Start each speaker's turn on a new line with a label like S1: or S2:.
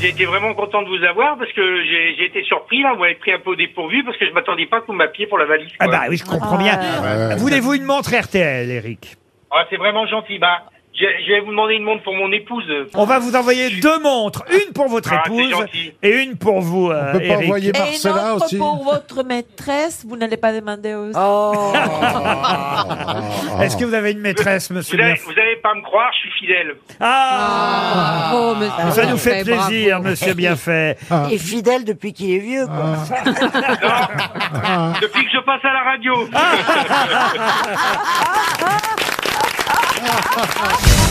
S1: J'ai été vraiment content de vous avoir parce que j'ai j'ai été surpris là, vous m'avez pris un peu au dépourvu parce que je m'attendais pas que vous m'appuyiez pour la valise.
S2: Ah
S1: quoi.
S2: bah oui, je comprends bien. Voulez-vous une montre RTL, Eric
S1: Ah, c'est vraiment gentil. Bah, je, je vais vous demander une montre pour mon épouse.
S2: On va vous envoyer deux montres, une pour votre
S1: Ah, c'est
S2: épouse
S1: gentil.
S2: et une pour vous, euh,
S3: peut pas
S2: Eric.
S3: envoyer
S4: Et une
S3: Marcella
S4: autre
S3: aussi.
S4: pour votre maîtresse, vous n'allez pas demander aussi.
S1: Ah.
S2: Est-ce que vous avez une maîtresse, monsieur
S1: Vous allez,
S2: Bierf
S1: vous allez pas me croire, je suis fidèle.
S2: Ah,
S5: Bravo, monsieur.
S2: ça nous fait
S5: Bienfait, bravo.
S2: plaisir, monsieur Bienfait.
S6: Il est fidèle depuis qu'il est vieux, quoi.
S2: Ah.
S1: Depuis que je passe à la radio.